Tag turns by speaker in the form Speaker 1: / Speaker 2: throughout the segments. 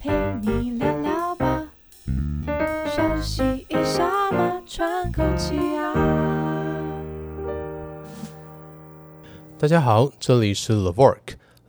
Speaker 1: 陪你聊聊吧，休息一下嘛，喘口气啊。
Speaker 2: 大家好，这里是 The Work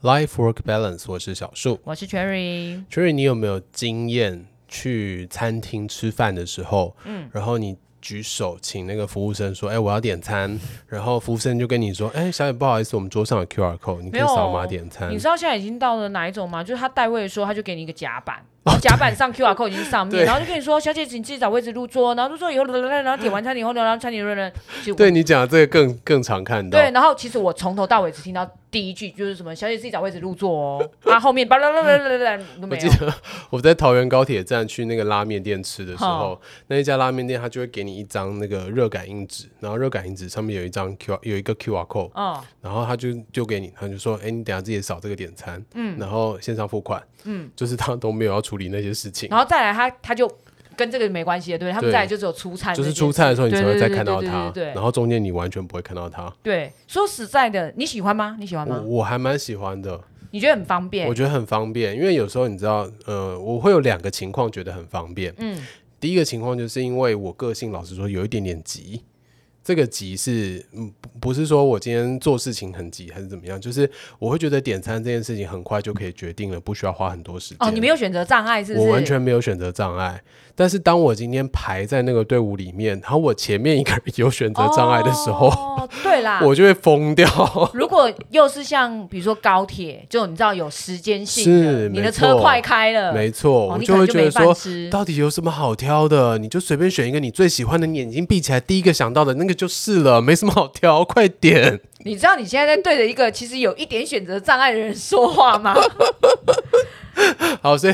Speaker 2: Life Work Balance，我是小树。
Speaker 3: 我是 Cherry，
Speaker 2: Cherry，你有没有经验去餐厅吃饭的时候，嗯，然后你举手请那个服务生说：“哎、我要点餐。”然后服务生就跟你说：“哎、小姐，不好意思，我们桌上有 QR code，你可
Speaker 3: 没
Speaker 2: 以
Speaker 3: 有
Speaker 2: 扫码点餐
Speaker 3: 你。知道现在已经到了哪一种吗？就是他带位的时候，他就给你一个甲板，然后甲板上 QR code 已经上
Speaker 2: 对
Speaker 3: 面，然后就跟你说：“小姐，请自己找位置入座。”然后入座以后，然后点完餐点以后，然后餐点然后其实”我
Speaker 2: 对你讲的这个更更常看到，
Speaker 3: 对，然后其实我从头到尾只听到第一句就是什么“小姐自己找位置入座哦”，啊，后面巴拉巴拉巴拉巴拉都
Speaker 2: 我
Speaker 3: 没
Speaker 2: 记
Speaker 3: 有。
Speaker 2: 得 我在桃园高铁站去那个拉面店吃的时候，那一家拉面店它就会给你一张那个热感应纸，然后热感应纸上面有一张 Q 有一个 QR code，
Speaker 3: 嗯，
Speaker 2: 然后他就丢给你，他就说：“哎，你等下自己扫这个点餐，嗯，然后线上付款，嗯，就是他都没有要处理那些事情，
Speaker 3: 然后再来他他就跟这个没关系了，对不对他们
Speaker 2: 对
Speaker 3: 再来就只有出餐这
Speaker 2: 就
Speaker 3: 件
Speaker 2: 是
Speaker 3: 事，
Speaker 2: 出菜的时候你才会再
Speaker 3: 对对对
Speaker 2: 看到
Speaker 3: 对对
Speaker 2: 他
Speaker 3: 对对，对
Speaker 2: 然后中间你完全不会看到他。
Speaker 3: 对，说实在的，你喜欢吗？你喜欢
Speaker 2: 我
Speaker 3: 吗？
Speaker 2: 我还蛮喜欢的，
Speaker 3: 你觉得很方便
Speaker 2: 我？觉得很方便，因为有时候你知道，呃，我会有两个情况觉得很方便。
Speaker 3: 嗯，
Speaker 2: 第一个情况就是因为我个性老实说有一点点急，这个急是嗯不不是说我今天做事情很急还是怎么样，就是我会觉得点餐这件事情很快就可以决定了，不需要花很多时间。
Speaker 3: 哦，你没有选择障碍是不是？
Speaker 2: 我完全没有选择障碍，但是当我今天排在那个队伍里面，然后我前面一个人有选择障碍的时候，，
Speaker 3: 哦、对啦
Speaker 2: 我就会疯 掉。
Speaker 3: 如果又是像比如说高铁，就你知道有时间性
Speaker 2: 是
Speaker 3: 的，你
Speaker 2: 没
Speaker 3: 的车
Speaker 2: 错
Speaker 3: 快开了，
Speaker 2: 没错，
Speaker 3: 哦
Speaker 2: 我
Speaker 3: 你
Speaker 2: 就
Speaker 3: 可
Speaker 2: 会
Speaker 3: 能
Speaker 2: 觉
Speaker 3: 就
Speaker 2: 得
Speaker 3: 没
Speaker 2: 说
Speaker 3: 饭，吃。
Speaker 2: 到底有什么好挑的？你就随便选一个你最喜欢的，你眼睛闭起来，第一个想到的那个就是了，没什么好挑，快点。
Speaker 3: 你知道你现在在对着一个其实有一点选择障碍的人说 话吗？
Speaker 2: 好，所以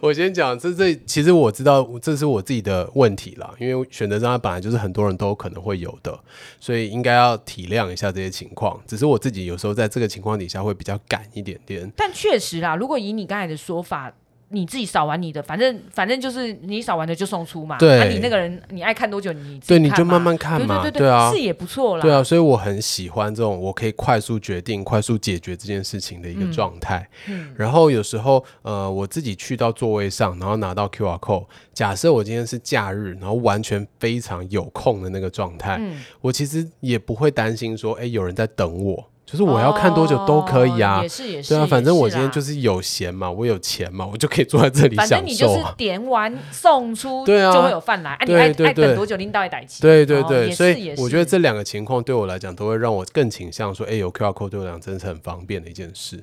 Speaker 2: 我先讲，这这其实我知道这是我自己的问题啦，因为选择障碍本来就是很多人都可能会有的，所以应该要体谅一下这些情况。只是我自己有时候在这个情况底下会比较赶一点点。
Speaker 3: 但确实啦，如果以你刚才的说法。你自己扫完你的，反正反正就是你扫完的就送出嘛。
Speaker 2: 对
Speaker 3: 啊、你那个人你爱看多久你自己
Speaker 2: 对，你
Speaker 3: 看
Speaker 2: 就
Speaker 3: 嘛
Speaker 2: 慢慢看嘛，
Speaker 3: 对对
Speaker 2: 对啊
Speaker 3: 是，也不错啦。
Speaker 2: 对啊，所以我很喜欢这种我可以快速决定、快速解决这件事情的一
Speaker 3: 嗯
Speaker 2: 个状态。然后有时候呃，我自己去到座位上，然后拿到 QR code。假设我今天是假日，然后完全非常有空的那个状态，
Speaker 3: 嗯
Speaker 2: 我其实也不会担心说，哎，有人在等我，就是我要看多久都可以啊。
Speaker 3: 哦也是也是。
Speaker 2: 对啊，反正我今天就是是有闲嘛，我有钱嘛，我就可以坐在这里
Speaker 3: 啦，反
Speaker 2: 享
Speaker 3: 正你就
Speaker 2: 受
Speaker 3: 是
Speaker 2: 啊。
Speaker 3: 点完送出，
Speaker 2: 对啊
Speaker 3: 就会有饭来。啊，你
Speaker 2: 对
Speaker 3: 爱
Speaker 2: 对
Speaker 3: 爱
Speaker 2: 对
Speaker 3: 等多久拎到一袋鸡？
Speaker 2: 对对
Speaker 3: 哦
Speaker 2: 对，
Speaker 3: 也
Speaker 2: 所
Speaker 3: 是
Speaker 2: 以
Speaker 3: 也
Speaker 2: 我觉得
Speaker 3: 是
Speaker 2: 这两个情况对我来讲，都会让我更倾向说，哎，有 QR code 对我来讲真的是很方便的一件事。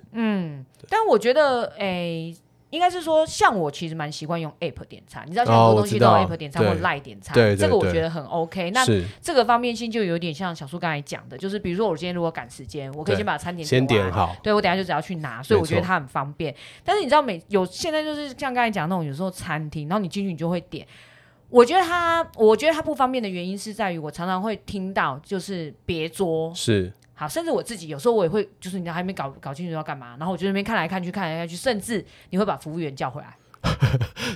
Speaker 3: 但我觉得，诶、应该是说，像我其实蛮习惯用 App 点餐，你知道现在
Speaker 2: 哦
Speaker 3: 很多
Speaker 2: 我
Speaker 3: 东西
Speaker 2: 知
Speaker 3: 都有
Speaker 2: 道
Speaker 3: App 点餐或
Speaker 2: 对
Speaker 3: Line 点餐，
Speaker 2: 对对
Speaker 3: 这个我
Speaker 2: 对
Speaker 3: 觉得很 OK。那
Speaker 2: 是
Speaker 3: 这个方便性就有点像小叔刚才讲的，就是比如说我今天如果赶时间，我可以
Speaker 2: 对
Speaker 3: 先把餐点
Speaker 2: 先
Speaker 3: 完
Speaker 2: 点好，
Speaker 3: 对我等一下就只要去拿，所以我觉得它很方便。但是你知道每有现在就是像刚才讲那种有时候餐厅，然后你进去你就会点。我觉得它，我觉得它不方便的原因是在于我常常会听到就是别桌
Speaker 2: 是
Speaker 3: 好，甚至我自己有时候我也会，就是你知道还没搞搞清楚要干嘛，然后我就在那边看来看去看来看去，甚至你会把服务员叫回来，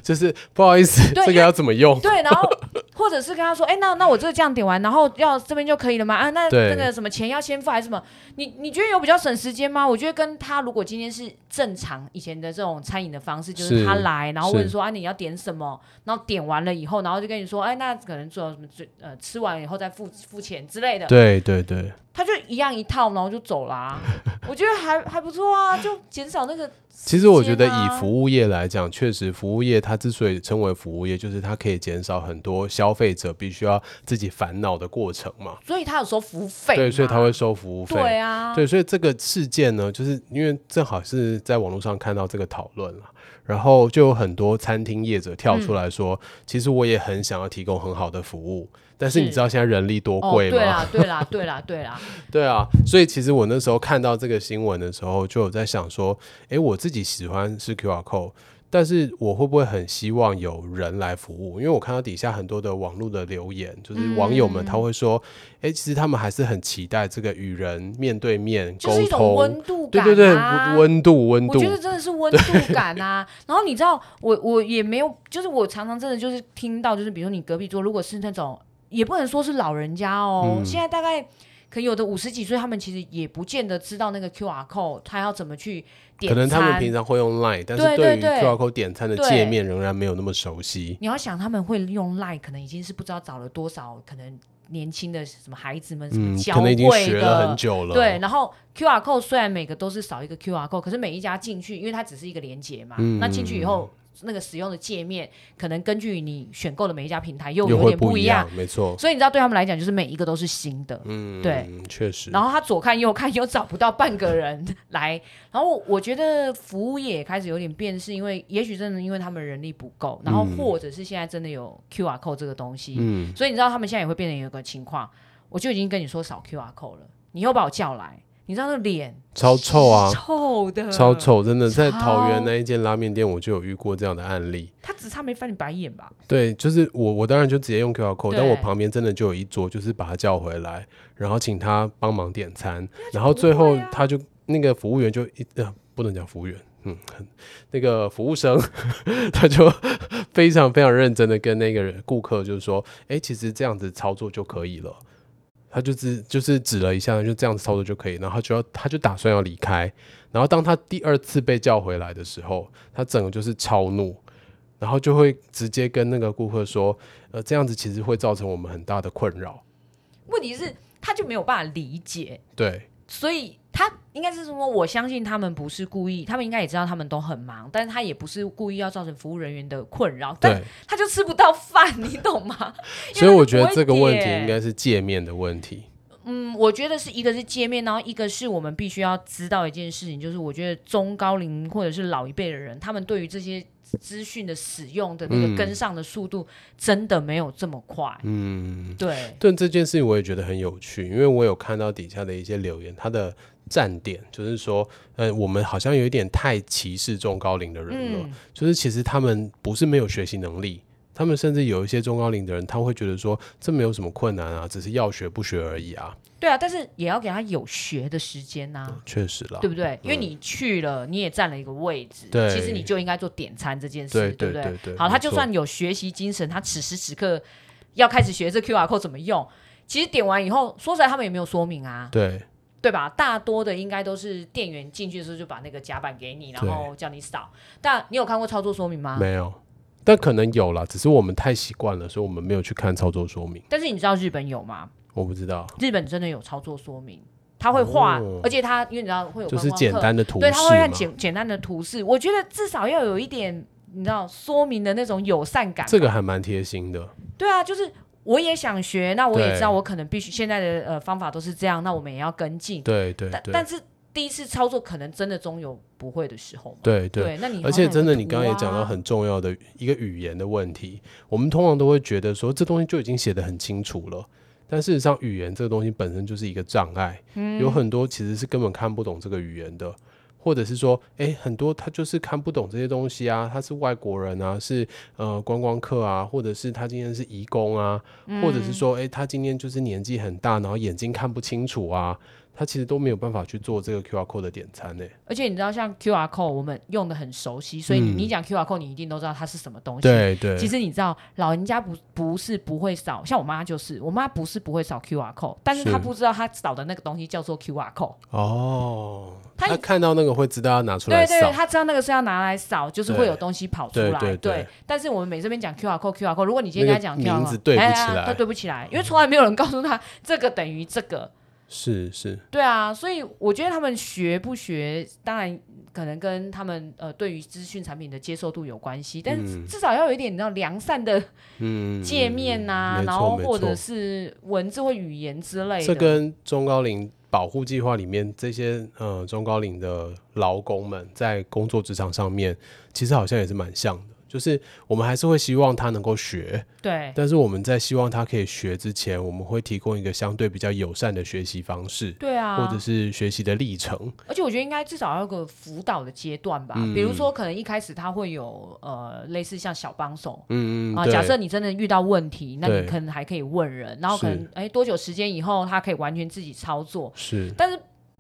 Speaker 2: 就是不好意思，
Speaker 3: 对
Speaker 2: 这
Speaker 3: 因
Speaker 2: 个
Speaker 3: 为
Speaker 2: 要怎么用？
Speaker 3: 对，然后或者是跟他说，哎、那那我这个这样点完，然后要这边就可以了吗？啊，那
Speaker 2: 对
Speaker 3: 那个什么钱要先付还是什么？你你觉得有比较省时间吗？我觉得跟他如果今天是正常以前的这种餐饮的方式，就是
Speaker 2: 是
Speaker 3: 他来，然后问
Speaker 2: 是
Speaker 3: 说啊你要点什么，然后点完了以后，然后就跟你说，哎、那可能做什么最呃吃完以后再付付钱之类的，
Speaker 2: 对对对，
Speaker 3: 他就一样一套，然后就走啦、我觉得还还不错啊，就减少那个
Speaker 2: 其实我觉得
Speaker 3: 时间啊
Speaker 2: 以服务业来讲，确实服务业它之所以称为服务业，就是它可以减少很多消费者必须要自己烦恼的过程嘛。
Speaker 3: 所以他有收服务费嘛，
Speaker 2: 对，所以它会收服务费。
Speaker 3: 对啊，
Speaker 2: 对，所以这个事件呢，就是因为正好是在网络上看到这个讨论了，然后就有很多餐厅业者跳
Speaker 3: 嗯
Speaker 2: 出来说，其实我也很想要提供很好的服务，但是你
Speaker 3: 是
Speaker 2: 知道现在人力多
Speaker 3: 哦，
Speaker 2: 贵吗？
Speaker 3: 对啦，对啦，对啦，对啦，
Speaker 2: 对啊，所以其实我那时候看到这个新闻的时候，就有在想说，诶，我自己喜欢是 QR code，但是我会不会很希望有人来服务？因为我看到底下很多的网络的留言，就是网友
Speaker 3: 嗯
Speaker 2: 们他会说，诶，其实他们还是很期待这个与人面对面
Speaker 3: 就是
Speaker 2: 沟
Speaker 3: 一种
Speaker 2: 通
Speaker 3: 温，度
Speaker 2: 对
Speaker 3: 感、
Speaker 2: 对
Speaker 3: 啊，
Speaker 2: 对，温温度温
Speaker 3: 我
Speaker 2: 度
Speaker 3: 觉，得真的是温度感啊。 然后你知道，我我也没有，就是我常常真的就是
Speaker 2: 嗯
Speaker 3: 听到，就是比如你隔壁桌如果是那种，也不能说是老人家哦，现在大概。可有的五十几岁，他们其实也不见得知道那个 QR code，他要怎么去点餐。
Speaker 2: 可能他们平常会用 Line，但是
Speaker 3: 对
Speaker 2: 对
Speaker 3: 对
Speaker 2: 于
Speaker 3: 对
Speaker 2: QR code 点餐的
Speaker 3: 对
Speaker 2: 界面仍然没有那么熟悉。
Speaker 3: 你要想他们会用 Line，可能已经是不知道找了多少可能年轻的什么孩子们什么
Speaker 2: 嗯，
Speaker 3: 教
Speaker 2: 可能已经
Speaker 3: 会
Speaker 2: 学了很
Speaker 3: 的。
Speaker 2: 久了。
Speaker 3: 对，，然后 QR code 虽然每个都是扫一个 QR code，可是每一家进去，因为它只是一个连接嘛，
Speaker 2: 嗯
Speaker 3: 那进去以后那个使用的界面，可能根据你选购的每一家平台又
Speaker 2: 又
Speaker 3: 有
Speaker 2: 会
Speaker 3: 点不
Speaker 2: 一
Speaker 3: 一样，，
Speaker 2: 没错。
Speaker 3: 所以你知道对他们来讲，就是每一个都是新的。
Speaker 2: 嗯，
Speaker 3: 对，
Speaker 2: 确实。
Speaker 3: 然后他左看右看，又找不到半个人 来。然后我觉得服务业也开始有点变，是因为也许真的因为他们人力不够，然后
Speaker 2: 嗯
Speaker 3: 或者是现在真的有 QR code 这个东西，
Speaker 2: 嗯，
Speaker 3: 所以你知道他们现在也会变成有一个情况，我就已经跟你说扫 QR code 了，你又把我叫来，你知道那脸
Speaker 2: 超臭啊，
Speaker 3: 臭的，
Speaker 2: 超。臭，真的在桃园
Speaker 3: 超
Speaker 2: 那一间拉面店，我就有遇过这样的案例。
Speaker 3: 他只差没翻你白眼吧？
Speaker 2: 对，就是我，我当然就直接用 QR code，
Speaker 3: 对
Speaker 2: 但我旁边真的就有一桌，就是把他叫回来，然后请他帮忙点餐，然后最后他就那个服务员就一呃，不能讲服务员，嗯，很那个服务生 他就非常非常认真的跟那个人顾客就是说，哎，其实这样子操作就可以了。他就只就是指了一下，就这样子操作就可以，然后他就要他就打算要离开，然后当他第二次被叫回来的时候，他整个就是超怒，然后就会直接跟那个顾客说，呃，这样子其实会造成我们很大的困扰。
Speaker 3: 问题是他就没有办法理解，
Speaker 2: 对，
Speaker 3: 所以他应该是说，我相信他们不是故意，他们应该也知道他们都很忙，但是他也不是故意要造成服务人员的困扰，但
Speaker 2: 对，
Speaker 3: 他就吃不到饭， 你懂吗？因
Speaker 2: 所以
Speaker 3: 为他就
Speaker 2: 我觉得
Speaker 3: 不会
Speaker 2: 这个问题
Speaker 3: 点
Speaker 2: 应该是界面的问题。
Speaker 3: 嗯，我觉得是一个是界面，然后一个是我们必须要知道一件事情，就是我觉得中高龄或者是老一辈的人，他们对于这些资讯的使用的那
Speaker 2: 嗯
Speaker 3: 个跟上的速度，真的没有这么快。
Speaker 2: 嗯，
Speaker 3: 对，
Speaker 2: 对这件事情我也觉得很有趣，因为我有看到底下的一些留言，他的站点就是说，呃，我们好像有一点太歧视中高龄的人了，
Speaker 3: 嗯，
Speaker 2: 就是其实他们不是没有学习能力。他们甚至有一些中高龄的人，他会觉得说这没有什么困难啊，只是要学不学而已啊。
Speaker 3: 对啊，但是也要给他有学的时间呐、
Speaker 2: 确实啦，
Speaker 3: 对不对？因为你去了，你也占了一个位置，
Speaker 2: 对
Speaker 3: 其实你就应该做点餐这件事，
Speaker 2: 对
Speaker 3: 不
Speaker 2: 对对对
Speaker 3: 好，他
Speaker 2: 没
Speaker 3: 就
Speaker 2: 错
Speaker 3: 算有学习精神，他此时此刻要开始学这 QR code 怎么用，其实点完以后，说实在他们也没有说明啊，
Speaker 2: 对，
Speaker 3: 对吧？大多的应该都是店员进去的时候就把那个夹板给你，然
Speaker 2: 对
Speaker 3: 后叫你扫。但你有看过操作说明吗？
Speaker 2: 没有，但可能有啦，只是我们太习惯了，所以我们没有去看操作说明。
Speaker 3: 但是你知道日本有吗？
Speaker 2: 我不知道，
Speaker 3: 日本真的有操作说明，他会画，
Speaker 2: 哦
Speaker 3: 而且他因为你知道会有
Speaker 2: 就
Speaker 3: 观
Speaker 2: 是
Speaker 3: 光
Speaker 2: 简
Speaker 3: 客
Speaker 2: 单的图
Speaker 3: 对，
Speaker 2: 示
Speaker 3: 他会看
Speaker 2: 嘛。
Speaker 3: 简简单的图示，我觉得至少要有一点，你知道说明的那种友善感吧。
Speaker 2: 这个还蛮贴心的，
Speaker 3: 对啊，就是我也想学，那我也
Speaker 2: 对
Speaker 3: 知道我可能必须现在的呃方法都是这样，那我们也要跟进。
Speaker 2: 对对
Speaker 3: 但
Speaker 2: 对
Speaker 3: 但是第一次操作可能真的总有不会的时候嘛。
Speaker 2: 对对，
Speaker 3: 对，那你
Speaker 2: 而且真的，你刚
Speaker 3: 刚
Speaker 2: 刚也讲到很重要的一个语言的问题，我们通常都会觉得说这东西就已经写得很清楚了。但事实上，语言这个东西本身就是一个障碍，
Speaker 3: 嗯
Speaker 2: 有很多其实是根本看不懂这个语言的，或者是说，诶，很多他就是看不懂这些东西啊，他是外国人啊，是呃观光客啊，或者是他今天是移工啊，或
Speaker 3: 嗯
Speaker 2: 者是说，诶，他今天就是年纪很大，然后眼睛看不清楚啊，他其实都没有办法去做这个 QR code 的点餐呢、
Speaker 3: 而且你知道，像 QR code 我们用的很熟悉，所以你、
Speaker 2: 嗯
Speaker 3: 你讲 QR code，你一定都知道它是什么东西。，
Speaker 2: 对对，
Speaker 3: 其实你知道，老人家不不是不会扫，像我妈就是，我妈不是不会扫 QR code，但是
Speaker 2: 是
Speaker 3: 她不知道她扫的那个东西叫做 QR code。
Speaker 2: 哦，
Speaker 3: 他
Speaker 2: 他
Speaker 3: 一
Speaker 2: 看到那个会知道要拿出来
Speaker 3: 对对，
Speaker 2: 扫，
Speaker 3: 她知道那个是要拿来扫，就是
Speaker 2: 对
Speaker 3: 会有东西跑出来。
Speaker 2: 对对对
Speaker 3: 但是我们每次边讲 QR code，QR code，如果你今
Speaker 2: 那
Speaker 3: 天
Speaker 2: 个
Speaker 3: 跟她讲 QR code，
Speaker 2: 名字对不
Speaker 3: 哎
Speaker 2: 起
Speaker 3: 哎哎
Speaker 2: 来
Speaker 3: 她对不起来，因为从来没有人告诉她这个等于这个。
Speaker 2: 是是，
Speaker 3: 对啊，所以我觉得他们学不学，当然可能跟他们呃对于资讯产品的接受度有关系，但是
Speaker 2: 嗯
Speaker 3: 至少要有一点你知道良善的
Speaker 2: 嗯，
Speaker 3: 界面呐、
Speaker 2: 嗯没
Speaker 3: 然
Speaker 2: 错
Speaker 3: 后
Speaker 2: 没
Speaker 3: 或者
Speaker 2: 错
Speaker 3: 是文字或语言之类的。
Speaker 2: 这跟中高龄保护计划里面这些呃中高龄的劳工们在工作职场上面，其实好像也是蛮像的。就是我们还是会希望他能够学，
Speaker 3: 对
Speaker 2: 但是我们在希望他可以学之前，我们会提供一个相对比较友善的学习方式，
Speaker 3: 对啊，
Speaker 2: 或者是学习的历程。
Speaker 3: 而且我觉得应该至少要有个辅导的阶段吧，
Speaker 2: 嗯
Speaker 3: 比如说可能一开始他会有呃类似像小帮手，
Speaker 2: 嗯嗯，
Speaker 3: 啊，
Speaker 2: 对
Speaker 3: 假设你真的遇到问题，那
Speaker 2: 对
Speaker 3: 你可能还可以问人，然后可能
Speaker 2: 是
Speaker 3: 哎多久时间以后他可以完全自己操作，
Speaker 2: 是
Speaker 3: 但是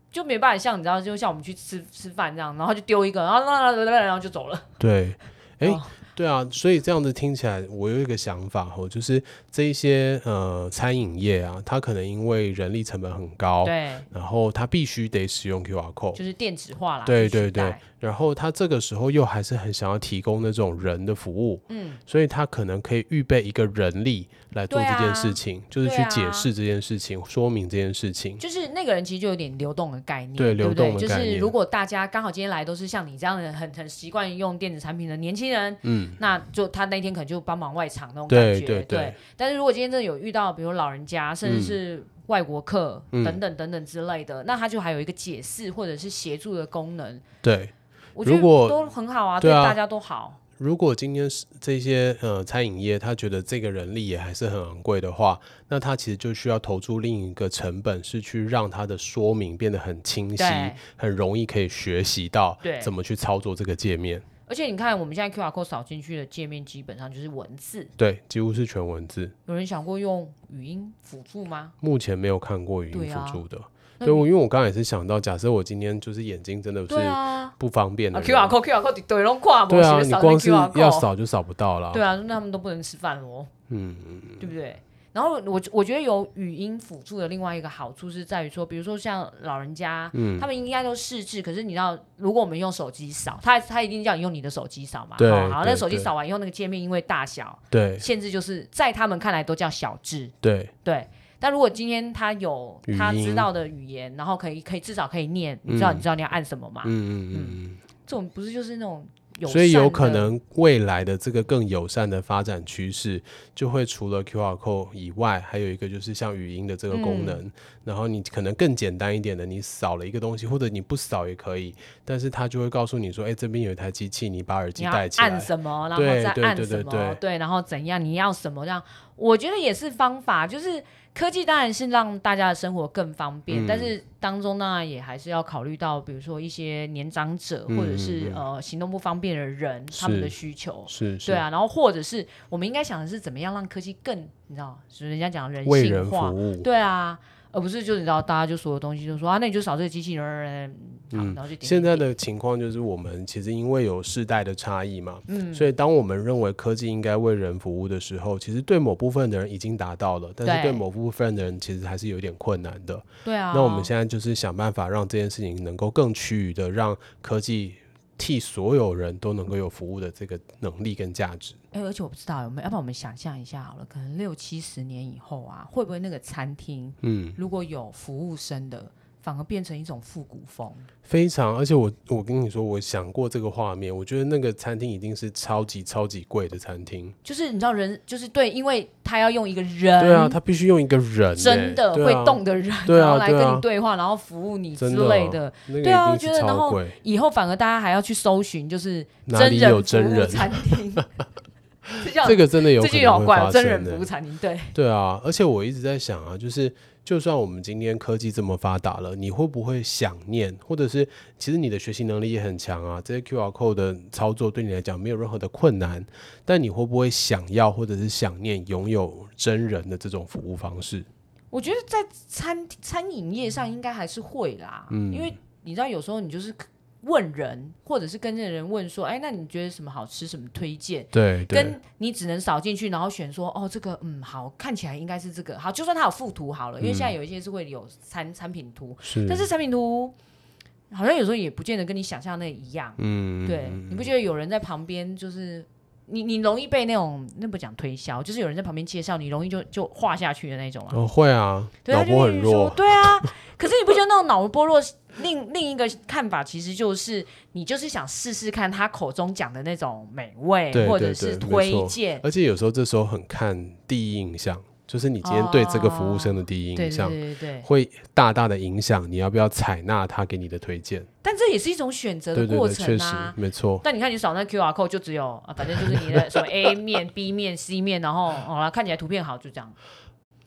Speaker 3: 就没办法像你知道，就像我们去吃吃饭这样，然后就丢一个，然后啦啦啦啦啦然后就走了。
Speaker 2: 对，哎、
Speaker 3: 哦
Speaker 2: 对啊，所以这样子听起来，我有一个想法哦，就是这一些呃餐饮业啊，它可能因为人力成本很高，
Speaker 3: 对，
Speaker 2: 然后它必须得使用 QR code，
Speaker 3: 就是电子化啦，
Speaker 2: 对
Speaker 3: 去取
Speaker 2: 对对
Speaker 3: 代，
Speaker 2: 然后它这个时候又还是很想要提供那种人的服务，
Speaker 3: 嗯，
Speaker 2: 所以他可能可以预备一个人力来做
Speaker 3: 对
Speaker 2: 这
Speaker 3: 啊
Speaker 2: 件事情，就是去
Speaker 3: 对啊
Speaker 2: 解释这件事情、说明这件事情。
Speaker 3: 就是那个人其实就有点流动的概念，
Speaker 2: 对
Speaker 3: 不
Speaker 2: 流动的
Speaker 3: 就
Speaker 2: 概
Speaker 3: 是
Speaker 2: 念
Speaker 3: 如果大家刚好今天来都是像你这样的很很习惯用电子产品的年轻人，
Speaker 2: 嗯，
Speaker 3: 那就他那天可能就帮忙外场那种感
Speaker 2: 对
Speaker 3: 觉，
Speaker 2: 对对
Speaker 3: 但是如果今天真的有遇到，比如老人家，甚至是外国客、
Speaker 2: 嗯
Speaker 3: 等等等等之类的，那他就还有一个解释或者是协助的功能，
Speaker 2: 对。
Speaker 3: 我觉得
Speaker 2: 如果
Speaker 3: 都很好啊，
Speaker 2: 对啊
Speaker 3: 大家都好。
Speaker 2: 如果今天是这些呃餐饮业，他觉得这个人力也还是很昂贵的话，那他其实就需要投注另一个成本，是去让他的说明变得很清晰
Speaker 3: 对，
Speaker 2: 很容易可以学习到
Speaker 3: 对
Speaker 2: 怎么去操作这个界面。
Speaker 3: 而且你看，我们现在 QR code 扫进去的界面基本上就是文字，
Speaker 2: 对，几乎是全文字，
Speaker 3: 有人想过用语音辅助吗？
Speaker 2: 目前没有看过语音
Speaker 3: 对啊
Speaker 2: 辅助的。
Speaker 3: 那
Speaker 2: 对，我因为我刚才也是想到，假设我今天就是眼睛真的是
Speaker 3: 对啊。
Speaker 2: 不方便的
Speaker 3: 啊
Speaker 2: 人、
Speaker 3: ，QR code QR code 对拢跨
Speaker 2: 对啊，
Speaker 3: 不
Speaker 2: 你
Speaker 3: 扫
Speaker 2: 光
Speaker 3: 进
Speaker 2: 是
Speaker 3: QR
Speaker 2: 要
Speaker 3: code，
Speaker 2: 扫就扫不到了。
Speaker 3: 对啊，那他们都不能吃饭哦，
Speaker 2: 嗯，
Speaker 3: 对不对？然后我我觉得有语音辅助的另外一个好处是在于说，比如说像老人家，
Speaker 2: 嗯
Speaker 3: 他们应该都试制，可是你知道，如果我们用手机扫，他他一定叫你用你的手机扫嘛，
Speaker 2: 对
Speaker 3: 哦好，那
Speaker 2: 对
Speaker 3: 手机
Speaker 2: 对
Speaker 3: 扫完以后，那个界面因为大小
Speaker 2: 对
Speaker 3: 限制，就是在他们看来都叫小智，
Speaker 2: 对
Speaker 3: 对。但如果今天他有
Speaker 2: 语
Speaker 3: 他
Speaker 2: 音
Speaker 3: 知道的语言，然后可以可以至少可以念，你知道
Speaker 2: 嗯
Speaker 3: 你知道你要按什么嘛？
Speaker 2: 嗯嗯
Speaker 3: 这种不是就是那种友
Speaker 2: 嗯，所以有
Speaker 3: 善
Speaker 2: 可
Speaker 3: 的
Speaker 2: 能未来的这个更友善的发展趋势，就会除了 QR code 以外，还有一个就是像语音的这个
Speaker 3: 嗯
Speaker 2: 功能，然后你可能更简单一点的，你扫了一个东西，或者你不扫也可以，但是它就会告诉你说，哎，这边有一台机器，你把耳机
Speaker 3: 你要
Speaker 2: 戴起来
Speaker 3: 按。什么，然后
Speaker 2: 对
Speaker 3: 再
Speaker 2: 对
Speaker 3: 按
Speaker 2: 对
Speaker 3: 什
Speaker 2: 对
Speaker 3: 么，
Speaker 2: 对
Speaker 3: 然后怎样，你要什么这样，我觉得也是方法。就是科技当然是让大家的生活更方便，
Speaker 2: 嗯
Speaker 3: 但是当中当然也还是要考虑到，比如说一些年长者、
Speaker 2: 嗯
Speaker 3: 或者是
Speaker 2: 嗯
Speaker 3: 呃行动不方便的人他们的需求。
Speaker 2: 是是，
Speaker 3: 对啊，然后或者是我们应该想的是怎么样让科技更，你知道，就是人家讲人
Speaker 2: 为人
Speaker 3: 性
Speaker 2: 服
Speaker 3: 化，
Speaker 2: 务。
Speaker 3: 对啊，而不是就你知道大家就所有东西就说啊，那你就扫这个机器人，好
Speaker 2: 嗯
Speaker 3: 然后就点点
Speaker 2: 现在
Speaker 3: 点
Speaker 2: 的情况就是，我们其实因为有世代的差异嘛，
Speaker 3: 嗯
Speaker 2: 所以当我们认为科技应该为人服务的时候，其实对某部分的人已经达到了，但是
Speaker 3: 对
Speaker 2: 对某部分的人其实还是有点困难的。
Speaker 3: 对啊，
Speaker 2: 那我们现在就是想办法让这件事情能够更趋于的让科技。替所有人都能够有服务的这个能力跟价值，
Speaker 3: 哎、而且我不知道有没有，要不然我们想象一下好了，可能六七十年以后啊，会不会那个餐厅
Speaker 2: 嗯，
Speaker 3: 如果有服务生的，反而变成一种复古风？
Speaker 2: 非常。而且我我跟你说，我想过这个画面，我觉得那个餐厅一定是超级超级贵的餐厅。
Speaker 3: 就是你知道人，就是对，因为他要用一个人，
Speaker 2: 对啊，他必须用一个人、欸，
Speaker 3: 真的
Speaker 2: 对
Speaker 3: 会
Speaker 2: 啊
Speaker 3: 动的人，
Speaker 2: 对
Speaker 3: 然后
Speaker 2: 啊
Speaker 3: 来
Speaker 2: 对
Speaker 3: 跟
Speaker 2: 啊
Speaker 3: 你对话，然后服务你之
Speaker 2: 真的
Speaker 3: 类
Speaker 2: 哦
Speaker 3: 的。
Speaker 2: 那个
Speaker 3: 对
Speaker 2: 一
Speaker 3: 啊
Speaker 2: 定
Speaker 3: 我觉
Speaker 2: 是
Speaker 3: 得然
Speaker 2: 超
Speaker 3: 后
Speaker 2: 贵，
Speaker 3: 以后反而大家还要去搜寻，就是
Speaker 2: 哪里
Speaker 3: 人
Speaker 2: 有真
Speaker 3: 服务
Speaker 2: 人？啊
Speaker 3: 餐厅， 这叫
Speaker 2: 这个真的有
Speaker 3: 这
Speaker 2: 可
Speaker 3: 句
Speaker 2: 能
Speaker 3: 好
Speaker 2: 会
Speaker 3: 怪
Speaker 2: 发
Speaker 3: 哦，
Speaker 2: 生
Speaker 3: 真人服务
Speaker 2: 的。
Speaker 3: 餐厅，对，
Speaker 2: 对啊，而且我一直在想啊，就是就算我们今天科技这么发达了，你会不会想念，或者是其实你的学习能力也很强啊，这些 QR code 的操作对你来讲没有任何的困难，但你会不会想要或者是想念拥有真人的这种服务方式？
Speaker 3: 我觉得在餐餐饮业上应该还是会啦，
Speaker 2: 嗯
Speaker 3: 因为你知道有时候你就是问人，或者是跟着人问说，哎，那你觉得什么好吃，什么推荐？
Speaker 2: 对对
Speaker 3: 跟你只能扫进去，然后选说哦，这个嗯好，看起来应该是这个好，就算它有附图好了，因为
Speaker 2: 嗯
Speaker 3: 现在有一些是会有产产品图，
Speaker 2: 是，
Speaker 3: 但是产品图好像有时候也不见得跟你想象那一样，
Speaker 2: 嗯，
Speaker 3: 对，你不觉得有人在旁边就是你你容易被那种那不讲推销，就是有人在旁边介绍，你容易就就画下去的那种啊。
Speaker 2: 哦会啊，
Speaker 3: 对，
Speaker 2: 脑
Speaker 3: 他就
Speaker 2: 波
Speaker 3: 会
Speaker 2: 很
Speaker 3: 说
Speaker 2: 弱，
Speaker 3: 对啊，可是你不觉得那种脑波弱？另另一个看法其实就是，你就是想试试看他口中讲的那种美味，
Speaker 2: 对
Speaker 3: 或
Speaker 2: 对
Speaker 3: 者是
Speaker 2: 对没
Speaker 3: 推
Speaker 2: 错
Speaker 3: 荐。
Speaker 2: 而且有时候这时候很看第一印象，就是你今天对这个服务生的第一
Speaker 3: 对对
Speaker 2: 印象，
Speaker 3: 哦对对对，
Speaker 2: 会大大的影响你要不要采纳他给你的推荐。
Speaker 3: 但这也是一种选择的
Speaker 2: 对对
Speaker 3: 过
Speaker 2: 对，
Speaker 3: 程
Speaker 2: 确实
Speaker 3: 啊。
Speaker 2: 没错。
Speaker 3: 但你看，你扫那 QR code 就只有啊，反正就是你 的什么 A 面、B 面、C 面，然后好了，看起来图片好，就这样。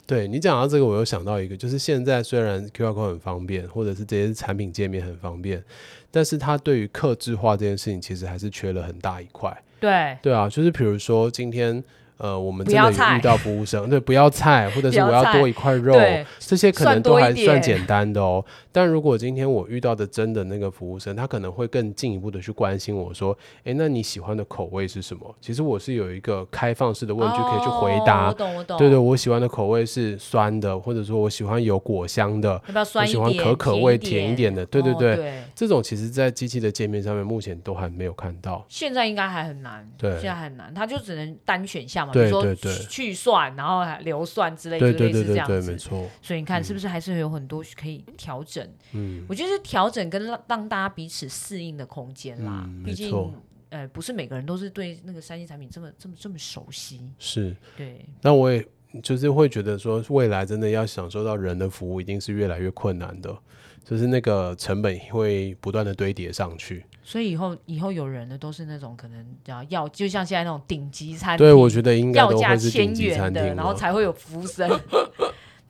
Speaker 2: 对你讲到这个，我又想到一个，就是现在虽然 QR code 很方便，或者是这些产品界面很方便，但是它对于客制化这件事情，其实还是缺了很大一块。
Speaker 3: 对，
Speaker 2: 对啊，就是比如说今天。呃，我们
Speaker 3: 不
Speaker 2: 真
Speaker 3: 要
Speaker 2: 的有
Speaker 3: 菜
Speaker 2: 遇到服务生，对，不要菜，或者是
Speaker 3: 不要
Speaker 2: 我要
Speaker 3: 菜
Speaker 2: 多一块肉
Speaker 3: 对，
Speaker 2: 这些可
Speaker 3: 算
Speaker 2: 能都
Speaker 3: 多一
Speaker 2: 还算
Speaker 3: 点
Speaker 2: 简单的哦。但如果今天我遇到的真的那个服务生，他可能会更进一步的去关心我说，诶，那你喜欢的口味是什么？其实我是有一个开放式的问句可以去回
Speaker 3: 哦
Speaker 2: 答
Speaker 3: 我。懂，我懂。
Speaker 2: 对对，，我喜欢的口味是酸的，或者说我喜欢有果香的，
Speaker 3: 要不要
Speaker 2: 我
Speaker 3: 酸一
Speaker 2: 喜
Speaker 3: 点？
Speaker 2: 欢可可味甜
Speaker 3: 甜
Speaker 2: 一点的。对对
Speaker 3: 对
Speaker 2: 对，
Speaker 3: 对，
Speaker 2: 这种其实在机器的界面上面目前都还没有看到。
Speaker 3: 现在应该还很难，
Speaker 2: 对
Speaker 3: 现在很难，它就只能单选项嘛，比
Speaker 2: 对
Speaker 3: 如说
Speaker 2: 对对
Speaker 3: 去蒜，然后还留蒜之类，
Speaker 2: 对
Speaker 3: 就
Speaker 2: 对
Speaker 3: 类
Speaker 2: 对
Speaker 3: 似这
Speaker 2: 对
Speaker 3: 样
Speaker 2: 对，
Speaker 3: 子
Speaker 2: 没。错。
Speaker 3: 所以你看，是不是还是有很多可以调整？
Speaker 2: 嗯，
Speaker 3: 我觉得是调整跟让让大家彼此适应的空间啦。
Speaker 2: 嗯
Speaker 3: 毕
Speaker 2: 没
Speaker 3: 竟
Speaker 2: 错，
Speaker 3: 呃，不是每个人都是对那个三 C 产品这么这么这么熟悉。
Speaker 2: 是。
Speaker 3: 对，
Speaker 2: 那我也就是会觉得说，未来真的要享受到人的服务，一定是越来越困难的，就是那个成本会不断的堆叠上去。
Speaker 3: 所以以后以后有人的都是那种可能要要，就像现在那种顶级餐厅，
Speaker 2: 对，我觉得应该
Speaker 3: 啊要
Speaker 2: 都
Speaker 3: 价
Speaker 2: 会是
Speaker 3: 千
Speaker 2: 顶级
Speaker 3: 元
Speaker 2: 餐厅
Speaker 3: 的，然后
Speaker 2: 了。
Speaker 3: 才会有服务生。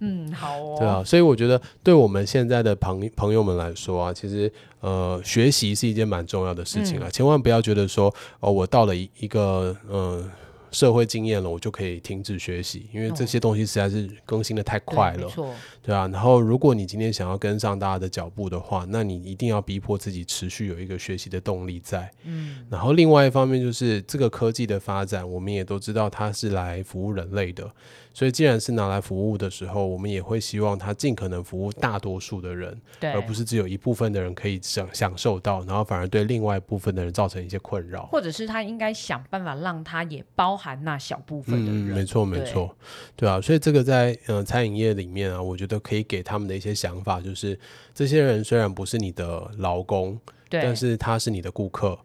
Speaker 3: 嗯，好哦。
Speaker 2: 对啊，所以我觉得对我们现在的朋朋友们来说啊，其实呃，学习是一件蛮重要的事
Speaker 3: 嗯
Speaker 2: 情啊，千万不要觉得说哦，我到了一一个呃社会经验了，我就可以停止学习，因为这
Speaker 3: 哦
Speaker 2: 些东西实在是更新的太
Speaker 3: 对
Speaker 2: 快
Speaker 3: 没
Speaker 2: 了。
Speaker 3: 错，
Speaker 2: 对啊，然后如果你今天想要跟上大家的脚步的话，那你一定要逼迫自己持续有一个学习的动力在。嗯，然后另外一方面就是这个科技的发展，我们也都知道它是来服务人类的，所以既然是拿来服务的时候，我们也会希望它尽可能服务大多数的人，
Speaker 3: 对，
Speaker 2: 而不是只有一部分的人可以享享受到，然后反而对另外一部分的人造成一些困扰。
Speaker 3: 或者是他应该想办法让他也包含那小部分的
Speaker 2: 嗯，
Speaker 3: 人。
Speaker 2: 没错没
Speaker 3: 对
Speaker 2: 错，对啊，所以这个在呃餐饮业里面啊，我觉得可以给他们的一些想法，就是这些人虽然不是你的劳工，
Speaker 3: 对，
Speaker 2: 但是他是你的顾客，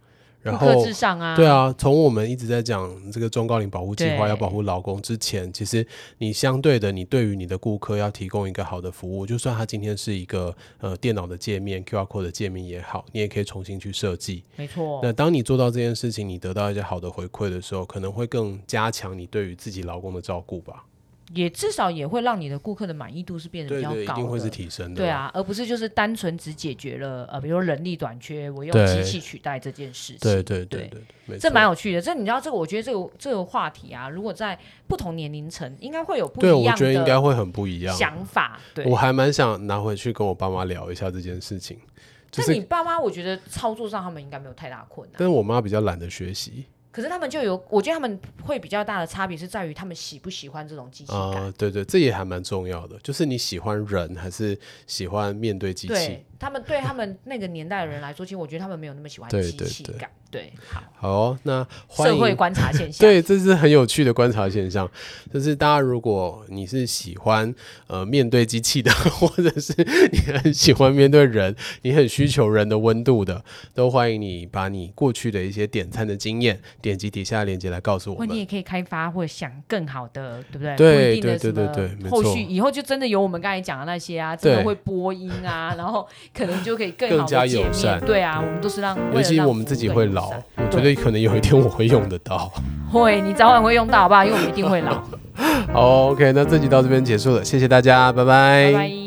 Speaker 2: 然
Speaker 3: 顾
Speaker 2: 后
Speaker 3: 客至上啊，
Speaker 2: 对，啊，从我们一直在讲这个中高龄保护计划
Speaker 3: 对
Speaker 2: 要保护劳工之前，其实你相对的，你对于你的顾客要提供一个好的服务，就算他今天是一个呃电脑的界面、QR code 的界面也好，你也可以重新去设计。
Speaker 3: 没错。
Speaker 2: 那当你做到这件事情，你得到一些好的回馈的时候，可能会更加强你对于自己劳工的照顾吧。
Speaker 3: 也至少也会让你的顾客的满意度是变得
Speaker 2: 对
Speaker 3: 比较嗯
Speaker 2: 对，
Speaker 3: 高的，
Speaker 2: 一定会是提升的。
Speaker 3: 对，啊，而不是就是单纯只解决了呃，比如说人力短缺，我用
Speaker 2: 对
Speaker 3: 机器取代这件事情，
Speaker 2: 对对对
Speaker 3: 对
Speaker 2: 对，没
Speaker 3: 这
Speaker 2: 错
Speaker 3: 蛮有趣的。这你知道，这个我觉得这个这个话题啊，如果在不同年龄层，应该会有不
Speaker 2: 对，
Speaker 3: 一
Speaker 2: 我
Speaker 3: 样
Speaker 2: 觉得应该
Speaker 3: 的
Speaker 2: 会很不一样。
Speaker 3: 想法。对，
Speaker 2: 我还蛮想拿回去跟我爸妈聊一下这件事情，就
Speaker 3: 但你
Speaker 2: 是，
Speaker 3: 爸妈，我觉得操作上他们应该没有太大困难。
Speaker 2: 但是我妈比较懒得学习
Speaker 3: 可是他们就有，我觉得他们会比较大的差别是在于他们喜不喜欢这种机器
Speaker 2: 啊、
Speaker 3: 感。
Speaker 2: 对对，这也还蛮重要的，就是你喜欢人还是喜欢面对机器
Speaker 3: 对？他们，对他们那个年代的人来说，其实我觉得他们没有那么喜欢
Speaker 2: 对
Speaker 3: 机
Speaker 2: 对
Speaker 3: 器
Speaker 2: 对
Speaker 3: 感。对，好，
Speaker 2: 好哦、那欢
Speaker 3: 社会
Speaker 2: 迎
Speaker 3: 观察现象。
Speaker 2: 对，这是很有趣的观察现象，就是大家如果你是喜欢呃面对机器的，或者是你很喜欢面对人，你很需求人的温度的，都欢迎你把你过去的一些点餐的经验，点击底下的链接来告诉我
Speaker 3: 或你
Speaker 2: 们。
Speaker 3: 也可以开发或想更好的，对不对？
Speaker 2: 对
Speaker 3: 不一定的
Speaker 2: 对对对
Speaker 3: 什
Speaker 2: 对
Speaker 3: 么
Speaker 2: 没
Speaker 3: 后
Speaker 2: 错
Speaker 3: 续以后就真的有我们刚才讲的那些啊，真的
Speaker 2: 对
Speaker 3: 会播音啊， 然后可能就可以更
Speaker 2: 更
Speaker 3: 好
Speaker 2: 加
Speaker 3: 的界
Speaker 2: 友
Speaker 3: 面
Speaker 2: 善
Speaker 3: 对啊，我们都是让
Speaker 2: 尤
Speaker 3: 为了
Speaker 2: 其
Speaker 3: 让
Speaker 2: 我们
Speaker 3: 服
Speaker 2: 自
Speaker 3: 务
Speaker 2: 己
Speaker 3: 更
Speaker 2: 会
Speaker 3: 友
Speaker 2: 老
Speaker 3: 善，
Speaker 2: 我觉得可能有一天我会用得到。
Speaker 3: 会，你早晚会用到，好不好？因为我们一定会老。
Speaker 2: 好，OK，那这集到这边结束了，谢谢大家，拜
Speaker 3: 拜拜。